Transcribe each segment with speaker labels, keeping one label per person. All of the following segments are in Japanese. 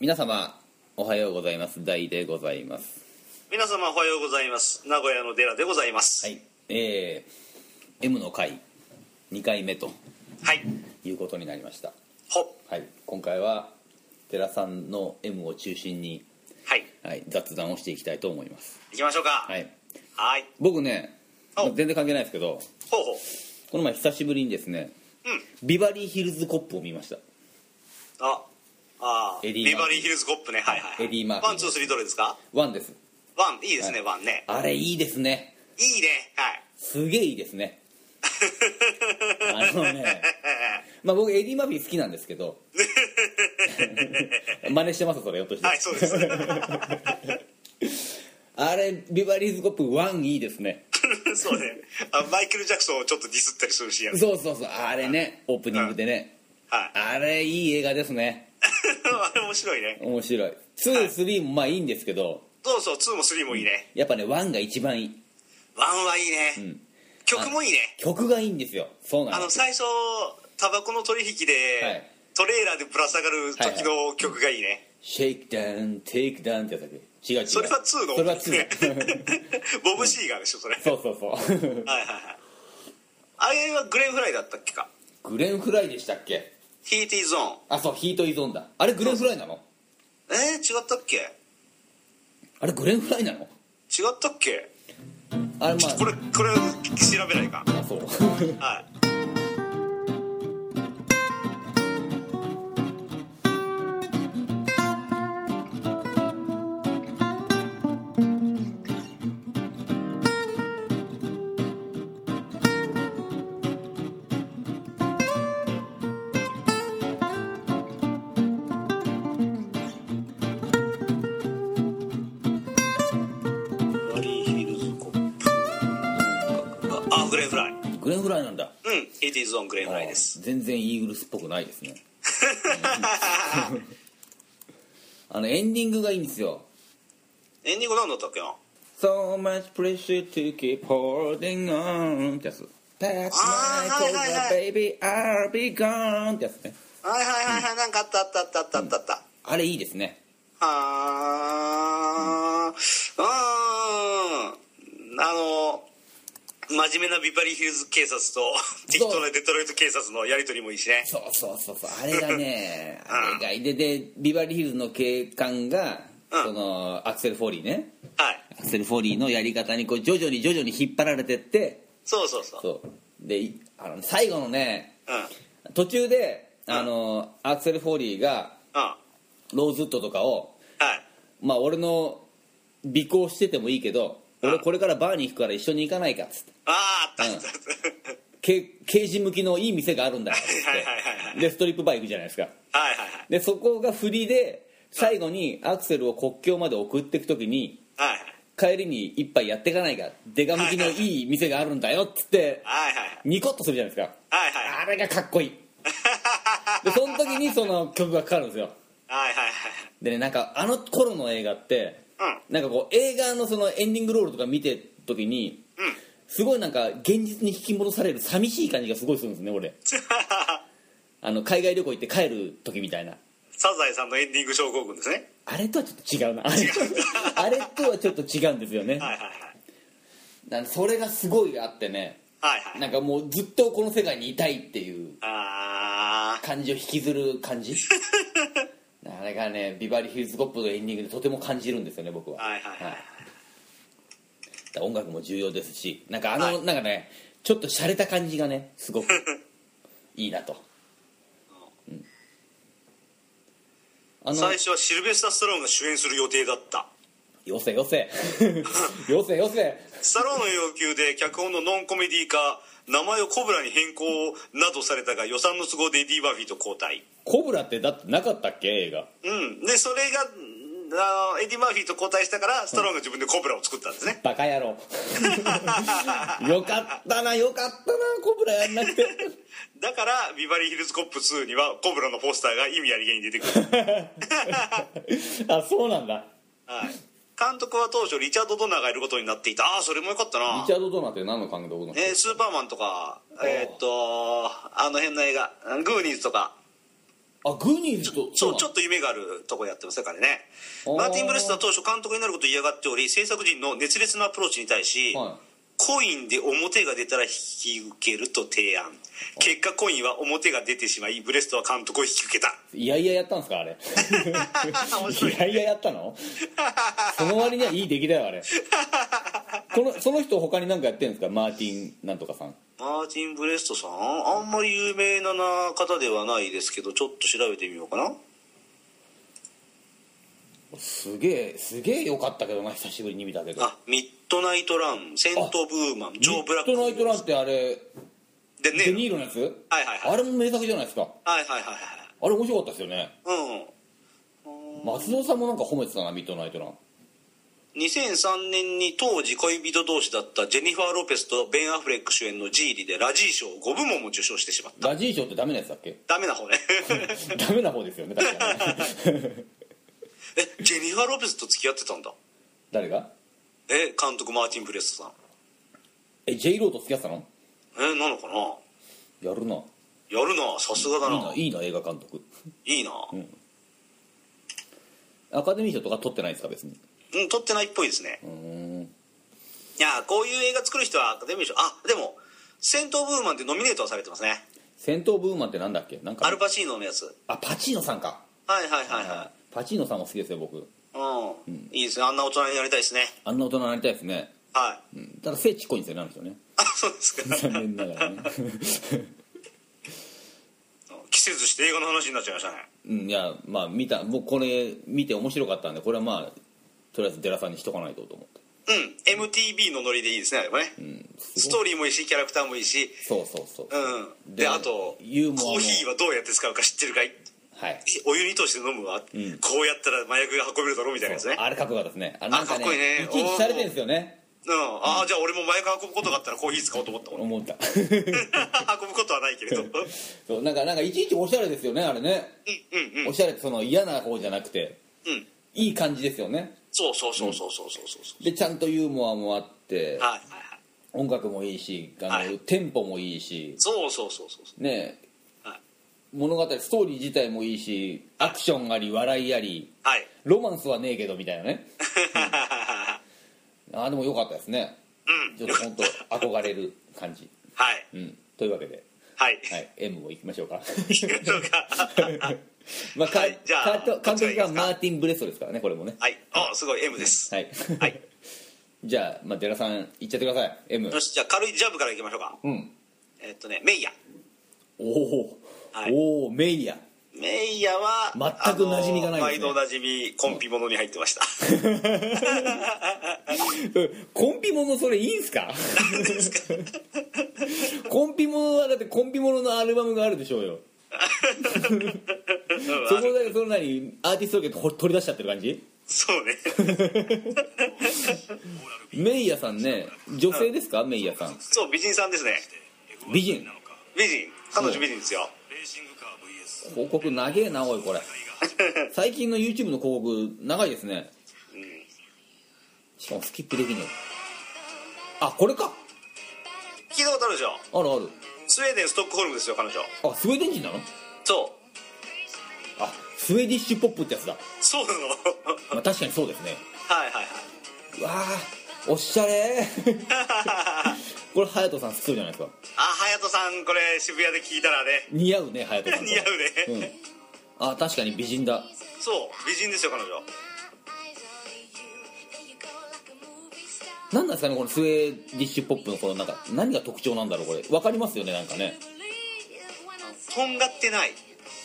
Speaker 1: 皆様おはようございます大でございます
Speaker 2: 皆様おはようございます名古屋のデラでございます
Speaker 1: はいえー、M の回2回目と
Speaker 2: はい、
Speaker 1: いうことになりました
Speaker 2: ほ
Speaker 1: はい今回は寺さんの M を中心に、
Speaker 2: はい
Speaker 1: はい、雑談をしていきたいと思います
Speaker 2: 行きましょうか
Speaker 1: はい
Speaker 2: はい
Speaker 1: 僕ね
Speaker 2: お
Speaker 1: 全然関係ないですけど
Speaker 2: ほうほう
Speaker 1: この前久しぶりにですね、ビバリーヒルズコップを見ました
Speaker 2: ああー
Speaker 1: エディ
Speaker 2: ビバリーヒルズコップねはいはいはい
Speaker 1: エディマーフィー
Speaker 2: ワンツースリーどれですか
Speaker 1: ワンです
Speaker 2: ワンいいですね、ワンね
Speaker 1: あれいいですね
Speaker 2: いいねはい
Speaker 1: すげえいいですねあのねまあ僕エディ・マフィー好きなんですけ ど真似してますそれひょっとして、
Speaker 2: はいそうです
Speaker 1: あれビバリーズコップ1いいですね
Speaker 2: そうねあマイケル・ジャクソンをちょっとディスったりするシーンやね
Speaker 1: そうそうそうあれねオープニングでね、
Speaker 2: はい
Speaker 1: あれいい映画ですね
Speaker 2: あれ面白いね
Speaker 1: 面白い23もまあいいんですけど
Speaker 2: そうそう2も3もいいね
Speaker 1: やっぱね1が一番いい
Speaker 2: ワンはいいね、曲もいいね
Speaker 1: 曲がいいんですよそうな
Speaker 2: あ
Speaker 1: の
Speaker 2: の最初タバコの取引で、
Speaker 1: はい
Speaker 2: トレーラーでぶら下がる時の曲がいいね、
Speaker 1: シェイクダウンテイクダウンってやつだっけ違う違う
Speaker 2: それは2の
Speaker 1: それは2
Speaker 2: ボブ・シーガーでしょそれ
Speaker 1: そうそうそう
Speaker 2: はいはいはいあれはグレン・フライだったっけか
Speaker 1: グレン・フライでしたっけ
Speaker 2: 「ヒーティーゾーン
Speaker 1: あそうヒートイズオンだあれグレンフライなの」
Speaker 2: えー、違ったっけ違
Speaker 1: あれグレンフライなの
Speaker 2: ったっけ
Speaker 1: あれま
Speaker 2: これこれ調べないか
Speaker 1: ああそう
Speaker 2: はいバリーヒルズコップあグレン・フライ
Speaker 1: グレンフライなんだ
Speaker 2: うんヒーティーゾーングレン・フライです
Speaker 1: あー全然イーグルスっぽくない ですねあのエンディングがいいんですよ
Speaker 2: エンディング何だったっけな
Speaker 1: So much pressure to keep holding on ってやつ That's my
Speaker 2: あーはいはいは
Speaker 1: cover
Speaker 2: い
Speaker 1: baby I'll be gone ってやつね
Speaker 2: はいはいはいはいなんかあったあったあったあったあったあった、
Speaker 1: あれいいですね
Speaker 2: あーあーあの真面目なビバリーヒルズ警察と適当なデトロイト警察のやり取りもいいしね
Speaker 1: そうそうそうそうあれが ねあれがででビバリーヒルズの警官が、
Speaker 2: うん
Speaker 1: そのアクセル・フォーリーね
Speaker 2: はい
Speaker 1: アクセル・フォーリーのやり方にこう徐々に徐々に引っ張られてって
Speaker 2: そうそうそう
Speaker 1: そうでいあの最後のね
Speaker 2: うんうん
Speaker 1: 途中で
Speaker 2: ん
Speaker 1: あの、アクセル・フォーリーが
Speaker 2: は
Speaker 1: ローズウッドとかを
Speaker 2: い
Speaker 1: まあ俺の尾行しててもいいけど俺これからバーに行くから一緒に行かないかっつって
Speaker 2: あああったあったあった
Speaker 1: け刑事向きのいい店があるんだっつ
Speaker 2: はいはいはい
Speaker 1: ってでストリップバイクじゃないですか
Speaker 2: はいはい
Speaker 1: でそこが振りで最後にアクセルを国境まで送っていく時に
Speaker 2: はい
Speaker 1: 帰りに一杯やっていかないかデカ向きのいい店があるんだよっつって
Speaker 2: はいはい
Speaker 1: ニコッとするじゃないですか
Speaker 2: はいはいはい
Speaker 1: あれがかっこいいでその時にその曲がかかるんですよ
Speaker 2: はいはいはい
Speaker 1: でねなんかあの頃の映画って
Speaker 2: はい
Speaker 1: なんかこう映画のそのエンディングロールとか見てる時に
Speaker 2: うんうん
Speaker 1: すごいなんか現実に引き戻される寂しい感じがすごいするんですね俺あの海外旅行行って帰る時みたいな
Speaker 2: サザエさんのエンディング症候群ですね
Speaker 1: あれとはちょっと違うなあれあれとはちょっと違うんですよね
Speaker 2: はいはいはい
Speaker 1: なんかそれがすごいあってね
Speaker 2: はいはい
Speaker 1: なんかもうずっとこの世界にいたいっていう
Speaker 2: ああ
Speaker 1: 感じを引きずる感じあれがねビバリーヒルズコップのエンディングでとても感じるんですよね僕は
Speaker 2: はいはいはいは
Speaker 1: だ
Speaker 2: い
Speaker 1: から音楽も重要ですしなんかあの、
Speaker 2: はい
Speaker 1: なんかねちょっと洒落た感じがねすごくいいなと、うんあの
Speaker 2: 最初はシルベスタ・ストローンが主演する予定だった
Speaker 1: よせよ せよせよせ
Speaker 2: スタローンの要求で脚本のノンコメディ化名前をコブラに変更などされたが予算の都合でエディ・バーフィーと交代
Speaker 1: コブラってだってなかったっけ映画
Speaker 2: うんでそれがうんあのエディ・マーフィーと交代したからスタローンが自分でコブラを作ったんですね、
Speaker 1: バカ野 郎よかったなよかったなコブラやんなくて
Speaker 2: だからビバリー・ヒルズ・コップ2にはコブラのポスターが意味ありげに出てくる、
Speaker 1: あそうなんだ
Speaker 2: はい、監督は当初リチャード・ドナーがいることになっていたああそれもよかったな
Speaker 1: リチャード・ドナーって何の監督の人
Speaker 2: えースーパーマンとかえーっとあの辺の映画グーニーズとか
Speaker 1: あグーニーズと
Speaker 2: そう
Speaker 1: なん
Speaker 2: ちょっと夢があるとこやってますね彼ね
Speaker 1: あー
Speaker 2: マーティン・ブレスナー当初監督になることを嫌がっており制作陣の熱烈なアプローチに対し、
Speaker 1: は
Speaker 2: コインで表が出たら引き受けると提案結果コインは表が出てしまいブレストは監督を引き受けた
Speaker 1: いいやいややったんですかあれ
Speaker 2: 面白い
Speaker 1: いやいややった のその割にはいい出来だよあれこのその人他に何かやってるんですかマーティンなんとかさん
Speaker 2: マーティン・ブレストさんあんまり有名な方ではないですけどちょっと調べてみようかな
Speaker 1: すげえすげえ良かったけどな久しぶりに見たけど
Speaker 2: あミッドナイト・ランセント・ブーマンジョー・ブラック
Speaker 1: ミッドナイトランってあれ
Speaker 2: で
Speaker 1: デ
Speaker 2: ね
Speaker 1: ニーロのやつ、
Speaker 2: はいはいはい
Speaker 1: あれも名作じゃないですか
Speaker 2: はいはいはい
Speaker 1: あれ面白かったですよね
Speaker 2: はいうん
Speaker 1: 松尾さんもなんか褒めてたなミッドナイトラン
Speaker 2: 2003年に当時恋人同士だったジェニファー・ロペスとベン・アフレック主演のジーリでラジー賞5部門も受賞してしまった
Speaker 1: ラジー賞ってダメなやつだっ け
Speaker 2: ダメな方ね
Speaker 1: ダメな方ですよね確 かにね
Speaker 2: えジェニファー・ロペスと付き合ってたんだ
Speaker 1: 誰が
Speaker 2: え監督マーティン・ブレストさん
Speaker 1: え J ローと付き合ってたの
Speaker 2: えなのかな
Speaker 1: やるな
Speaker 2: やるなさすがだ
Speaker 1: いい
Speaker 2: な
Speaker 1: ないいな映画監督
Speaker 2: いいな
Speaker 1: アカデミー賞とか取ってないんですか別に
Speaker 2: うん撮ってないっぽいですね
Speaker 1: うーん
Speaker 2: いやーこういう映画作る人はアカデミー賞あでも戦闘ブーマンってノミネートはされてますね
Speaker 1: 戦闘ブーマンってなんだっけなんか
Speaker 2: アルパチーノのやつ
Speaker 1: あパチーノさんか
Speaker 2: はいはいはいは
Speaker 1: パチーノさんも好きですよ僕
Speaker 2: いうん、いいですねあんな大人になりたいですね
Speaker 1: あんな大人になりたいですね、
Speaker 2: はい
Speaker 1: うん、ただ背ちっこいんですよねあの人ね
Speaker 2: あそうですか
Speaker 1: 残念ながらね
Speaker 2: 季節して映画の話になっちゃいましたね
Speaker 1: うんいやまあ見た僕これ見て面白かったんでこれはまあとりあえずデラさんにしとかないとと思って、
Speaker 2: うん MTV のノリでいいですねあれもね、
Speaker 1: うん、
Speaker 2: ス
Speaker 1: す
Speaker 2: ト
Speaker 1: ごい
Speaker 2: ーリーもいいしキャラクターもいいし
Speaker 1: そうそうそう
Speaker 2: うんで
Speaker 1: で
Speaker 2: あと
Speaker 1: ユーモアも
Speaker 2: コーヒーはどうやって使うか知ってるかい
Speaker 1: はい
Speaker 2: お湯に通して飲むわ、
Speaker 1: ん
Speaker 2: こうやったら麻薬が運べるだろうみたいなやつね
Speaker 1: あれかっこよかったですねあれなんかね
Speaker 2: あかっこいいね
Speaker 1: 生き生きされてるんですよね
Speaker 2: うん、ああじゃあ俺も麻薬運ぶことがあったらコーヒー使おうと思ったもん
Speaker 1: 思った
Speaker 2: 運ぶことはないけれどうんうん
Speaker 1: そうなんかなんかいちいちおしゃれですよねあれね、
Speaker 2: うん
Speaker 1: おしゃれってその嫌な方じゃなくて
Speaker 2: うん
Speaker 1: いい感じですよね
Speaker 2: そうそうそうそうそうそうそうそ
Speaker 1: でちゃんとユーモアもあって
Speaker 2: うはいはいはい
Speaker 1: 音楽もいいしあの、
Speaker 2: はい
Speaker 1: テンポもいいし
Speaker 2: そうそうそうそうそ
Speaker 1: ねえ、
Speaker 2: はい
Speaker 1: 物語ストーリー自体もいいしアクションあり笑いあり
Speaker 2: うはい
Speaker 1: ロマンスはねえけどみたいなねああでも良かったですね
Speaker 2: う
Speaker 1: ちょ
Speaker 2: ん
Speaker 1: っと本当憧れる感じ
Speaker 2: はい
Speaker 1: うんというわけで、
Speaker 2: はい
Speaker 1: はい M をいきましょうか
Speaker 2: 行 きましょうか
Speaker 1: まあ、か
Speaker 2: はいじゃあ
Speaker 1: 監督監督
Speaker 2: こっちがいいで
Speaker 1: が
Speaker 2: す
Speaker 1: マ
Speaker 2: か
Speaker 1: ーティン・ブレストですからねこれもね
Speaker 2: はいあすごい M です
Speaker 1: はい、
Speaker 2: はい
Speaker 1: じゃあ、まあ、デラさんいっちゃってください M
Speaker 2: よしじゃあ軽いジャブからいきましょうか
Speaker 1: うん
Speaker 2: えっとねメイヤ
Speaker 1: おお、
Speaker 2: はい
Speaker 1: おおメイヤ
Speaker 2: メイヤは
Speaker 1: 全く馴染みがない
Speaker 2: あの
Speaker 1: ですね
Speaker 2: 毎度おなじみコンピものに入ってました
Speaker 1: コンピモノそれいいんすかコンピモノはだってコンピモノのアルバムがあるでしょう よ
Speaker 2: うん
Speaker 1: そこだけそのなにアーティストロケットほ取り出しちゃってる感じ
Speaker 2: そうね
Speaker 1: メイヤさんね女性ですかメイヤさん
Speaker 2: そう美人さんですね
Speaker 1: 美人
Speaker 2: 美人彼女美人ですよ
Speaker 1: 広告長えなおいこれ 最近の YouTube の広告長いですねしかもスキップできねえあこれか
Speaker 2: 聞いたことあるでしょ
Speaker 1: あるある
Speaker 2: スウェーデンストックホルムですよ彼女
Speaker 1: あスウェーデン人なの
Speaker 2: そう
Speaker 1: あスウェーディッシュポップってやつだ、
Speaker 2: そうなの
Speaker 1: まあ、確かにそうですね
Speaker 2: はいはいはいう
Speaker 1: わあおっしゃ れこれ隼人さん好きそうじゃないですか
Speaker 2: あ隼人さんこれ渋谷で聞いたらね
Speaker 1: 似合うね隼人さん
Speaker 2: 似合う
Speaker 1: う
Speaker 2: ね、
Speaker 1: ね、うん、あ確かに美人だ
Speaker 2: そう美人ですよ彼女
Speaker 1: 何なんですかねこのスウェーディッシュポップのこのなんか何が特徴なんだろうこれ分かりますよねなんかね
Speaker 2: とんがってない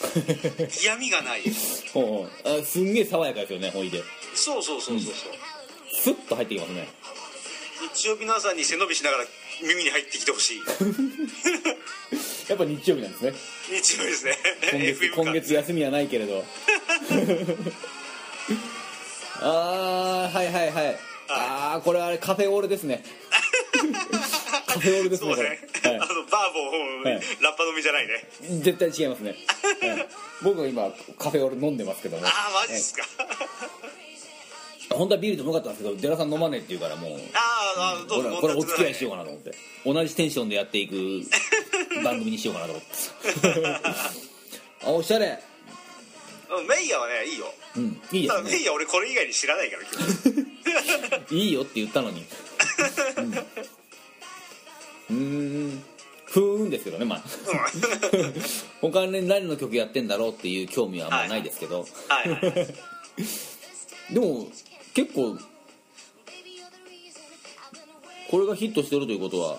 Speaker 2: 嫌味がない
Speaker 1: うんうんあすんげえ爽やかですよねほいで
Speaker 2: そうそうそうそうそう、
Speaker 1: スッと入ってきますね
Speaker 2: 日曜日の朝に背伸びしながら耳に入ってきてほしい
Speaker 1: やっぱ日曜日なんですね
Speaker 2: 日曜日ですね
Speaker 1: 今月
Speaker 2: FM 感
Speaker 1: 今月休みはないけれ どああはいはいはいああこれあれカフェオールです ねカフェオールです
Speaker 2: そう
Speaker 1: ね
Speaker 2: で
Speaker 1: こ
Speaker 2: す
Speaker 1: れ
Speaker 2: ね、
Speaker 1: はい
Speaker 2: あのバーボン、
Speaker 1: はい
Speaker 2: ラッパ飲みじゃないね
Speaker 1: 絶対違いますね、はい僕は今カフェオレ飲んでますけども
Speaker 2: ああマジっすか、
Speaker 1: ええ本当はビールでもよかったんですけどデラさん飲まねえって言うからもう
Speaker 2: あーあーど
Speaker 1: これ
Speaker 2: うぞ
Speaker 1: はこれはお付き合い
Speaker 2: 飲んでくださ
Speaker 1: しようかなと思って同じテンションでや っていく番組にしようかなと思って あおしゃれ
Speaker 2: うんメイヤはねいいよ
Speaker 1: うんいいで
Speaker 2: た
Speaker 1: す
Speaker 2: だメイ
Speaker 1: ね
Speaker 2: ヤ俺これ以外に知らないから基本
Speaker 1: いいよって言ったのにうんうーんふーんですけどねまあ
Speaker 2: うん
Speaker 1: 他に何の曲やってんだろうっていう興味はあんまないですけど、
Speaker 2: はいはい
Speaker 1: でも結構これがヒットしてるということは
Speaker 2: うん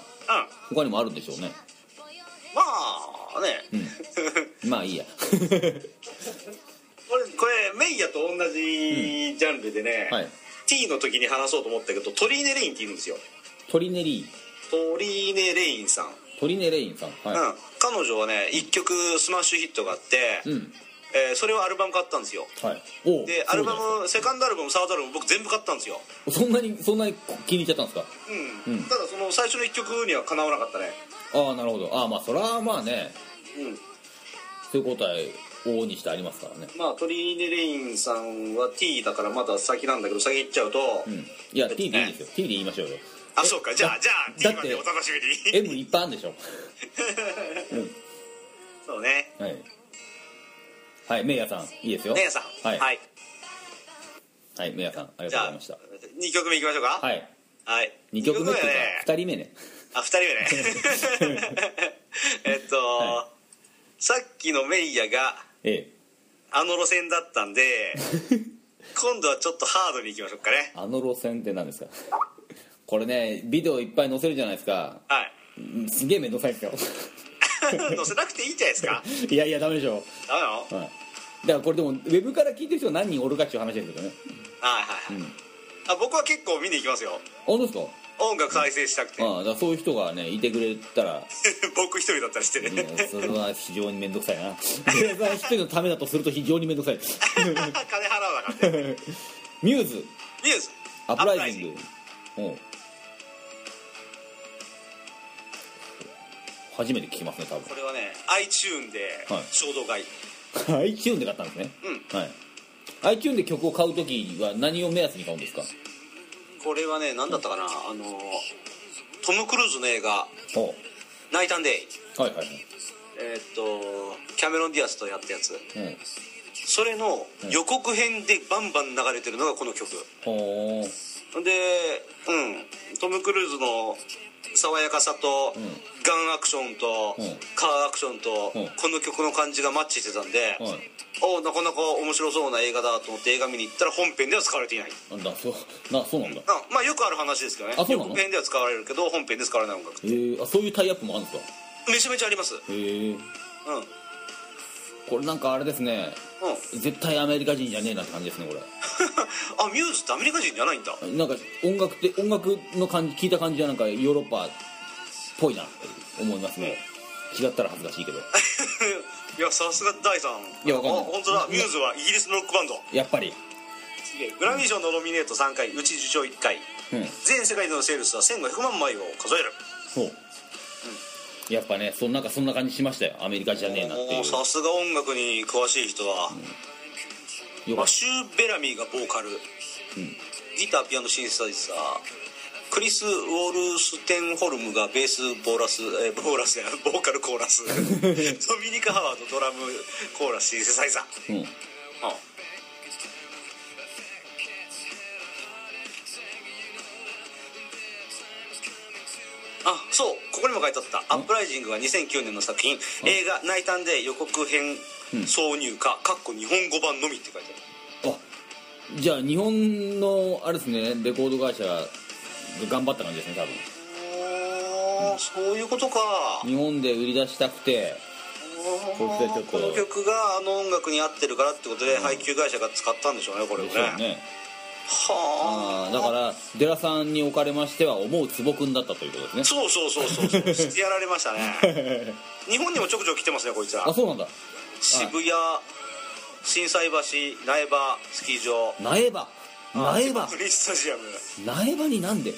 Speaker 1: 他にもあるんでしょうね
Speaker 2: まあね、
Speaker 1: まあいいや
Speaker 2: 俺これメイヤと同じジャンルでね、
Speaker 1: はい
Speaker 2: T の時に話そうと思ったけどトリーネ・レインっているんですよ
Speaker 1: トリネリー
Speaker 2: トリーネ・レインさん、
Speaker 1: トリネレインさん
Speaker 2: う
Speaker 1: は
Speaker 2: ん、彼女はね1曲スマッシュヒットがあって、
Speaker 1: いうん
Speaker 2: えーそれをアルバム買ったんですよ
Speaker 1: はいおう
Speaker 2: でア
Speaker 1: そう
Speaker 2: ル
Speaker 1: だ
Speaker 2: バムセカンドアルバムサードアルバム僕全部買ったんですよ、
Speaker 1: そんなにそんなに気に入っちゃったんですか
Speaker 2: うん
Speaker 1: うん
Speaker 2: ただその最初の1曲にはかなわなかったね
Speaker 1: ああなるほどああまあそれはまあね
Speaker 2: うん
Speaker 1: そういう答え往々にしてありますからね
Speaker 2: まあトリーネ・レインさんは T だからまだ先なんだけど先行っちゃうと、
Speaker 1: うんいや T でいいですよ T で言いましょうよ
Speaker 2: あそうかじゃあじゃあ T
Speaker 1: だっ
Speaker 2: ま
Speaker 1: て
Speaker 2: でお楽しみに
Speaker 1: M いっぱいあるんでしょ
Speaker 2: そうね
Speaker 1: はいはいメイヤさんいいですよ
Speaker 2: 姉さん
Speaker 1: はい
Speaker 2: はい、
Speaker 1: はいメイヤさんあり
Speaker 2: じ
Speaker 1: が
Speaker 2: ゃ
Speaker 1: とう
Speaker 2: あ
Speaker 1: ございまし
Speaker 2: 2曲目いきましょうか
Speaker 1: たはい
Speaker 2: はい。
Speaker 1: 2曲目っていう
Speaker 2: 二曲目はね
Speaker 1: か2人目ね
Speaker 2: あ、二人 目ね。 えっと、
Speaker 1: は
Speaker 2: さっきのメイヤが
Speaker 1: ええ
Speaker 2: あの路線だった んで、今度はちょっとハードに行きましょうかね。
Speaker 1: あの路線って何ですか これねビデオいっぱい載せるじゃないですか
Speaker 2: はい。
Speaker 1: うんすげえ面倒くさいです
Speaker 2: 載せなくていいんじ ゃないですか
Speaker 1: よ いやいやダメでしょ
Speaker 2: ダメなのはい
Speaker 1: はいだからこれでもウェブから聞いてる人が何人おるかっていう話ですけどね
Speaker 2: はいはい、
Speaker 1: うん
Speaker 2: あ。僕は結構見に行きますよ。
Speaker 1: 本当ですか
Speaker 2: 音楽再生したくて。
Speaker 1: ああだからそういう人がねいてくれた ら、
Speaker 2: 僕一人だったりして ね。
Speaker 1: うんそれは非常に面倒くさいな それは一人のためだとすると非常に面倒くさい
Speaker 2: 金払わなかった。
Speaker 1: ミューズ
Speaker 2: ニュース。
Speaker 1: アプライジングおう初めて聞きますね多
Speaker 2: これはね、iTune で
Speaker 1: はい
Speaker 2: 衝動買い。
Speaker 1: 分 iTune で買ったんですね
Speaker 2: うん。
Speaker 1: はい iTune で曲を買うときは何を目安に買うんですか
Speaker 2: これはね、何だったかなあの、トム・クルーズの映画、
Speaker 1: おう
Speaker 2: ナイタンデイ。
Speaker 1: はいはいはい
Speaker 2: えーっとキャメロン・ディアスとやったやつ
Speaker 1: うん
Speaker 2: それの予告編でバンバン流れてるのがこの曲
Speaker 1: ほう
Speaker 2: でうんトム・クルーズの爽やかさと、
Speaker 1: ん
Speaker 2: ガンアクションと、
Speaker 1: うん
Speaker 2: カーアクションと、
Speaker 1: うん
Speaker 2: この曲の感じがマッチしてたんで、
Speaker 1: はい
Speaker 2: おうなかなか面白そうな映画だと思って映画見に行ったら本編では使われていない
Speaker 1: なんだそうなそうなんだ
Speaker 2: あまあよくある話ですけどね
Speaker 1: あそう
Speaker 2: 予
Speaker 1: なの
Speaker 2: 告編では使われるけど本編で使われない音楽
Speaker 1: えー、あそういうタイアップもあるんですか
Speaker 2: めちゃめちゃありますうん
Speaker 1: へえ
Speaker 2: うん
Speaker 1: これなんかあれですね絶対アメリカ人じゃねえなって感じですねこ
Speaker 2: あミューズってアメリカ人じゃないんだ
Speaker 1: れなんか音楽って音楽の感じ聞いた感じはなんかヨーロッパっぽいなって思いますね違ったら恥ずかしいけど
Speaker 2: いやさすが第三
Speaker 1: いやわかんない
Speaker 2: あ本当だミューズはイギリスのロックバンド
Speaker 1: やっぱり
Speaker 2: グラミー賞のノミネート3回うち受賞1回
Speaker 1: うん
Speaker 2: 全世界でのセールスは1500万枚を数える
Speaker 1: そうやっぱねそんなんかそんな感じしましたよアメリカじゃねえなってい
Speaker 2: おーさ
Speaker 1: う
Speaker 2: すが音楽に詳しい人だ、
Speaker 1: よか
Speaker 2: マ
Speaker 1: っ
Speaker 2: シュー・ベラミーがボーカル、ギターピアノシンセサイザークリス・ウォルステンホルムがベースボーラス、えーボーラスやボーカルコー ラスドミニク・ハワードドラムコーラスシンセサイザー
Speaker 1: たうん
Speaker 2: ああそうここにも書いてあった「アップライジング」は2009年の作品映画「ナイタンデー」予告編
Speaker 1: うん
Speaker 2: 挿入歌かっこ日本語版のみって書いてあ
Speaker 1: あじゃあ日本のあれですねレコード会社が頑張った感じですね多
Speaker 2: るおーそういうことか
Speaker 1: 分日本で売り出したくて
Speaker 2: お
Speaker 1: これでちょっ
Speaker 2: ー
Speaker 1: と
Speaker 2: この曲があの音楽に合ってるからってことで配給会社が使ったんでしょうねこれを
Speaker 1: で
Speaker 2: ね
Speaker 1: しょうね
Speaker 2: は
Speaker 1: あーだからデラさんにおかれましては思う坪君だったということですね
Speaker 2: そうそうそうそ うそうしてやられましたね日本にもちょくちょく来てますねこいつら
Speaker 1: あそうなんだ
Speaker 2: 渋谷心斎橋苗場スキー場
Speaker 1: 苗場苗場
Speaker 2: フリースタジアム
Speaker 1: 苗場になんで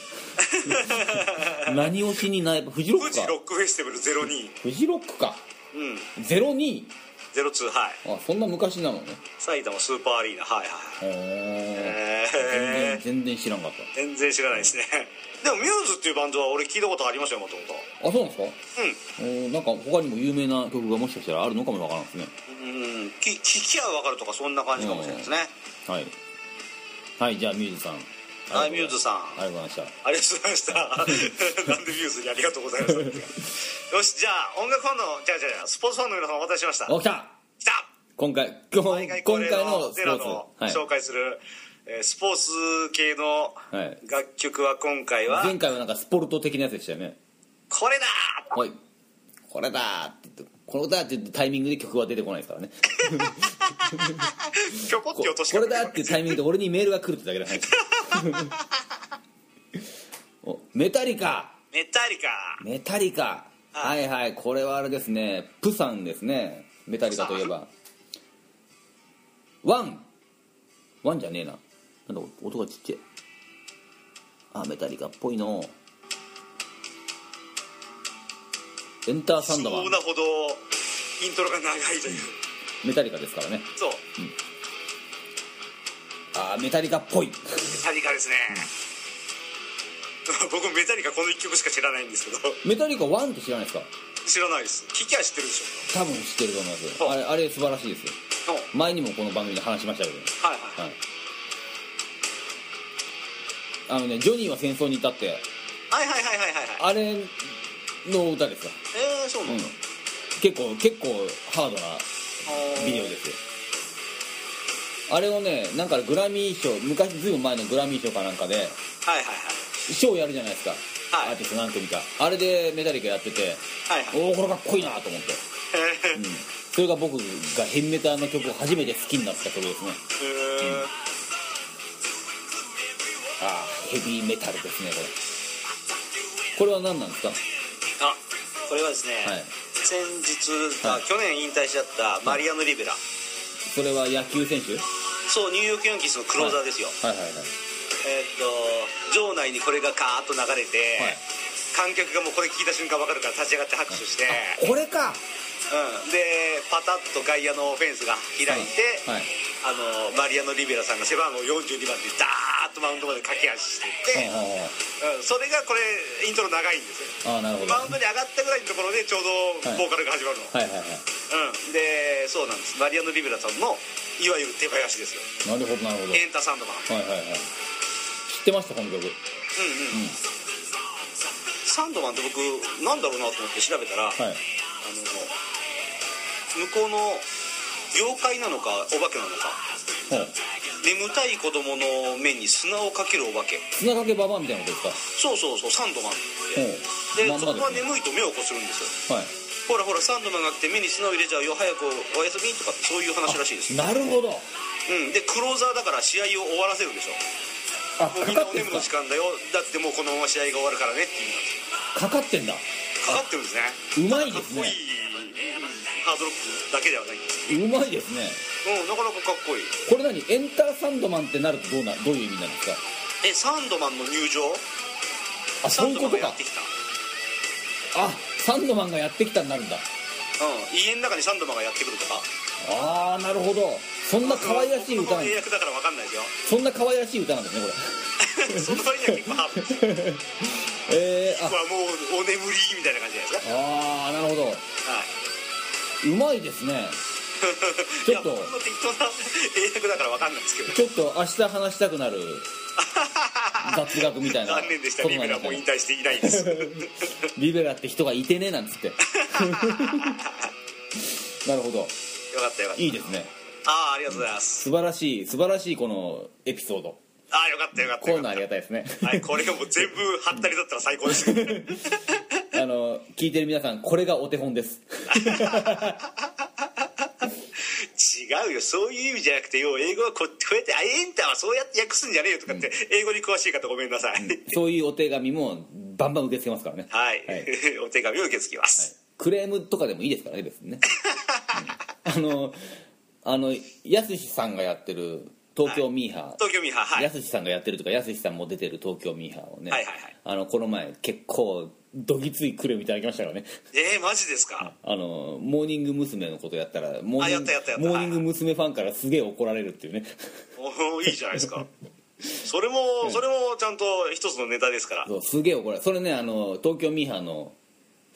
Speaker 1: 何をしに苗場フジロッ
Speaker 2: 富
Speaker 1: ク
Speaker 2: 士
Speaker 1: か
Speaker 2: ロックフェスティバル02
Speaker 1: フジロックか
Speaker 2: うん
Speaker 1: 02
Speaker 2: 02はい
Speaker 1: あそんな昔なのね
Speaker 2: 埼玉スーパーアリーナはいはい
Speaker 1: へえ
Speaker 2: へえ
Speaker 1: 全然知らんかっ
Speaker 2: 全然知らないですねでもミューズっていうバンドは俺聞いたことありましたよもともと
Speaker 1: たあそうなんですかおーなんか他にも有名な曲がもしかしたらあるのかもわからんですね
Speaker 2: うんうんうん、き聞きゃ分かるとかそんな感じかもしれないですね、
Speaker 1: はいはいじゃあミューズさん
Speaker 2: はいミューズさん
Speaker 1: ありがとうございました
Speaker 2: ありがとうござい ましたなんでミューズにありがとうございましたってよしじゃあ音楽ファンのじゃあじゃあじゃあスポーツファンの皆さんお待たせしました
Speaker 1: お来た
Speaker 2: 来た
Speaker 1: 今回今
Speaker 2: 毎
Speaker 1: 日
Speaker 2: 回
Speaker 1: 今
Speaker 2: 恒
Speaker 1: 回
Speaker 2: 例
Speaker 1: の
Speaker 2: の
Speaker 1: ス
Speaker 2: ゼ
Speaker 1: ポ
Speaker 2: ラ
Speaker 1: ーツ
Speaker 2: の
Speaker 1: はい
Speaker 2: 紹介する、えースポーツ系の
Speaker 1: はい
Speaker 2: 楽曲は今回は、
Speaker 1: 前回はなんかスポルト的なやつでしたよね
Speaker 2: これだ
Speaker 1: はいこれだーって言ってこれだーって言ってタイミングで曲は出てこないですからね
Speaker 2: ーひょこって
Speaker 1: こ
Speaker 2: 落とし
Speaker 1: こ
Speaker 2: か
Speaker 1: れだっていうタイミングで俺にメールが来るってだけの話おメタリカ
Speaker 2: メタリカ
Speaker 1: メタリカは
Speaker 2: はい
Speaker 1: はいこれはあれですねプサンですねメタリカといえばワンワンじゃねえななんだ音がちっちゃいあメタリカっぽいのエンターサンド
Speaker 2: そ
Speaker 1: は
Speaker 2: うなほどイントロが長いという
Speaker 1: メタリカですからね
Speaker 2: そう
Speaker 1: あメタリカっぽい
Speaker 2: メタリカですね 僕メタリカこの1曲しか知らないんですけど
Speaker 1: メタリカワンって知らないですか
Speaker 2: 知らないです聞きゃ知ってるでし
Speaker 1: 多分知ってると思います
Speaker 2: そう
Speaker 1: あれあれ素晴らしいですよ
Speaker 2: ょうん
Speaker 1: 前にもこの番組で話しましたけど
Speaker 2: はいは
Speaker 1: は
Speaker 2: い
Speaker 1: いあのねジョニーは戦争にいたって
Speaker 2: はいはいはいはいはいはい
Speaker 1: あれの歌ですよ、
Speaker 2: えー、そう
Speaker 1: う
Speaker 2: なんんだ、、
Speaker 1: 結構結構ハードな
Speaker 2: あー
Speaker 1: ビデオですよあれをねなんかグラミー賞昔ずいぶん前のグラミー賞かなんかで
Speaker 2: はいはい
Speaker 1: 賞やるじゃないですか、
Speaker 2: はい
Speaker 1: アーティスト何組かあれでメタリカやってて
Speaker 2: はいはいはい
Speaker 1: おおこれかっこいいなと思って、
Speaker 2: え
Speaker 1: うん、それが僕がヘンメタの曲を初めて好きになった曲ですね
Speaker 2: ーえー
Speaker 1: ああヘビーメタルですねこれこれは何なんですかは
Speaker 2: あこれはですね、
Speaker 1: い
Speaker 2: 先日、
Speaker 1: はい
Speaker 2: あ去年引退しちゃったマリアノ・リベラ、
Speaker 1: それは野球選手
Speaker 2: そうニューヨーク・ヤンキースのクローザーですよ、
Speaker 1: はいはいはい
Speaker 2: えーっと場内にこれがカーッと流れて、
Speaker 1: はい
Speaker 2: 観客がもうこれ聞いた瞬間分かるから立ち上がって拍手して、
Speaker 1: これか
Speaker 2: うん、でパタッと外野のフェンスが開いて、
Speaker 1: はい
Speaker 2: あのマリアノ・リベラさんが背番号42番でダーッとマウンドまで駆け足して
Speaker 1: はい
Speaker 2: いって、
Speaker 1: はいはい
Speaker 2: うん、それがこれイントロ長いんですよ
Speaker 1: ああなるほどは
Speaker 2: マウンドに上がったぐらいのところでちょうどボーカルが始まるの、
Speaker 1: いはいはい
Speaker 2: うん、でそうなんですマリアノ・リベラさんのいわゆる手林ですよ
Speaker 1: なるほどなるほど
Speaker 2: エンタ・サンドマンうん
Speaker 1: はいはいはい知ってましたこの曲
Speaker 2: うん、サンドマンって僕なんだろうなと思って調べたら、あ
Speaker 1: はい
Speaker 2: の向こうの妖怪なのかお化けなのか
Speaker 1: ほう
Speaker 2: 眠たい子供の目に砂をかけるお化け
Speaker 1: 砂かけババアみたいなことですか
Speaker 2: そうそうそうサンドマン
Speaker 1: ほ
Speaker 2: で
Speaker 1: うまん
Speaker 2: そこ
Speaker 1: ま
Speaker 2: は
Speaker 1: ですね
Speaker 2: 眠いと目をこするんですよ
Speaker 1: はい
Speaker 2: ほらほらサンドマンが来て目に砂を入れちゃうよ早くお休みとかってそういう話らしいです、
Speaker 1: なるほど
Speaker 2: うん、でクローザーだから試合を終わらせるでしょ
Speaker 1: あ
Speaker 2: もうみ
Speaker 1: か
Speaker 2: ん
Speaker 1: かっ
Speaker 2: なお
Speaker 1: て
Speaker 2: 眠
Speaker 1: ん
Speaker 2: の
Speaker 1: す
Speaker 2: 時間だよだってもうこのまま試合が終わるからねってい
Speaker 1: か
Speaker 2: う
Speaker 1: かかってんだ
Speaker 2: かかってるんです
Speaker 1: う
Speaker 2: ね
Speaker 1: まい
Speaker 2: か
Speaker 1: で
Speaker 2: っ
Speaker 1: す
Speaker 2: こ
Speaker 1: ね
Speaker 2: いいハードロックだけではないんです
Speaker 1: うまいですね
Speaker 2: うんなかなかかっこいい
Speaker 1: これ何エンターサンドマンってなるとどうなどういう意味になるんですか
Speaker 2: えサンドマンの入場
Speaker 1: あ
Speaker 2: サ
Speaker 1: そうい
Speaker 2: ン
Speaker 1: う
Speaker 2: ド
Speaker 1: こ
Speaker 2: マン
Speaker 1: とか
Speaker 2: がやってきた
Speaker 1: あサンドマンがやってきたになるんだ
Speaker 2: うん家の中にサンドマンがやってくるとか
Speaker 1: ああなるほどそんな可愛らしい歌な
Speaker 2: 僕
Speaker 1: ん
Speaker 2: の英訳だからわかんないですよ
Speaker 1: そんな可愛らしい歌なんですねこ
Speaker 2: その割には結構ハードです
Speaker 1: れ えー、
Speaker 2: まあもうお眠りみたいな感じじゃないです
Speaker 1: ああーなるほど
Speaker 2: かはいう
Speaker 1: まいですね
Speaker 2: い
Speaker 1: ちょ
Speaker 2: や
Speaker 1: っと
Speaker 2: 僕の適当な英訳だからわかんないですけど
Speaker 1: ちょっと明日話したくなる雑学みたいな
Speaker 2: 残念でした
Speaker 1: こと
Speaker 2: リ
Speaker 1: なんです
Speaker 2: ベラはも
Speaker 1: か
Speaker 2: う
Speaker 1: ね
Speaker 2: 引退していないです
Speaker 1: リベラって人がいてねなんつって なるほど
Speaker 2: よかったよかった
Speaker 1: いいですね
Speaker 2: ああありがとうございます
Speaker 1: 素晴らしい素晴らしいこのエピソード
Speaker 2: ああよかったよかった
Speaker 1: こういうのあ
Speaker 2: よ
Speaker 1: り
Speaker 2: か
Speaker 1: がたいですね
Speaker 2: ったはいこれがもう全部ハったりだったら最高ですよ
Speaker 1: あの聞いてる皆さんこれがお手本です
Speaker 2: 違うよそういう意味じゃなくてよ英語はここうやってあエンターはそうやって訳すんじゃねえよとかって、英語に詳しい方ごめんなさい、
Speaker 1: そういうお手紙もバンバン受け付けますからね
Speaker 2: はい、
Speaker 1: はい
Speaker 2: お手紙を受け付けます、
Speaker 1: クレームとかでもいいですからね別にね、うんあのあのやすしさんがやってる東京ミーハ
Speaker 2: 東京ミーハー
Speaker 1: ー
Speaker 2: はい
Speaker 1: やすしさんがやってるとかやすしさんも出てる東京ミーハーをね、
Speaker 2: はいはいはい
Speaker 1: あのこの前結構どぎついクレームいただきましたからね
Speaker 2: えー、マジですか
Speaker 1: あのモーニング娘。のことやったらモーニング
Speaker 2: あやったやったやった
Speaker 1: モーニング娘。ファンからすげえ怒られるっていうね
Speaker 2: おおいいじゃないです かそれもそれもちゃんと一つのネタですから
Speaker 1: そうすげえ怒られるそれねあの東京ミーハーの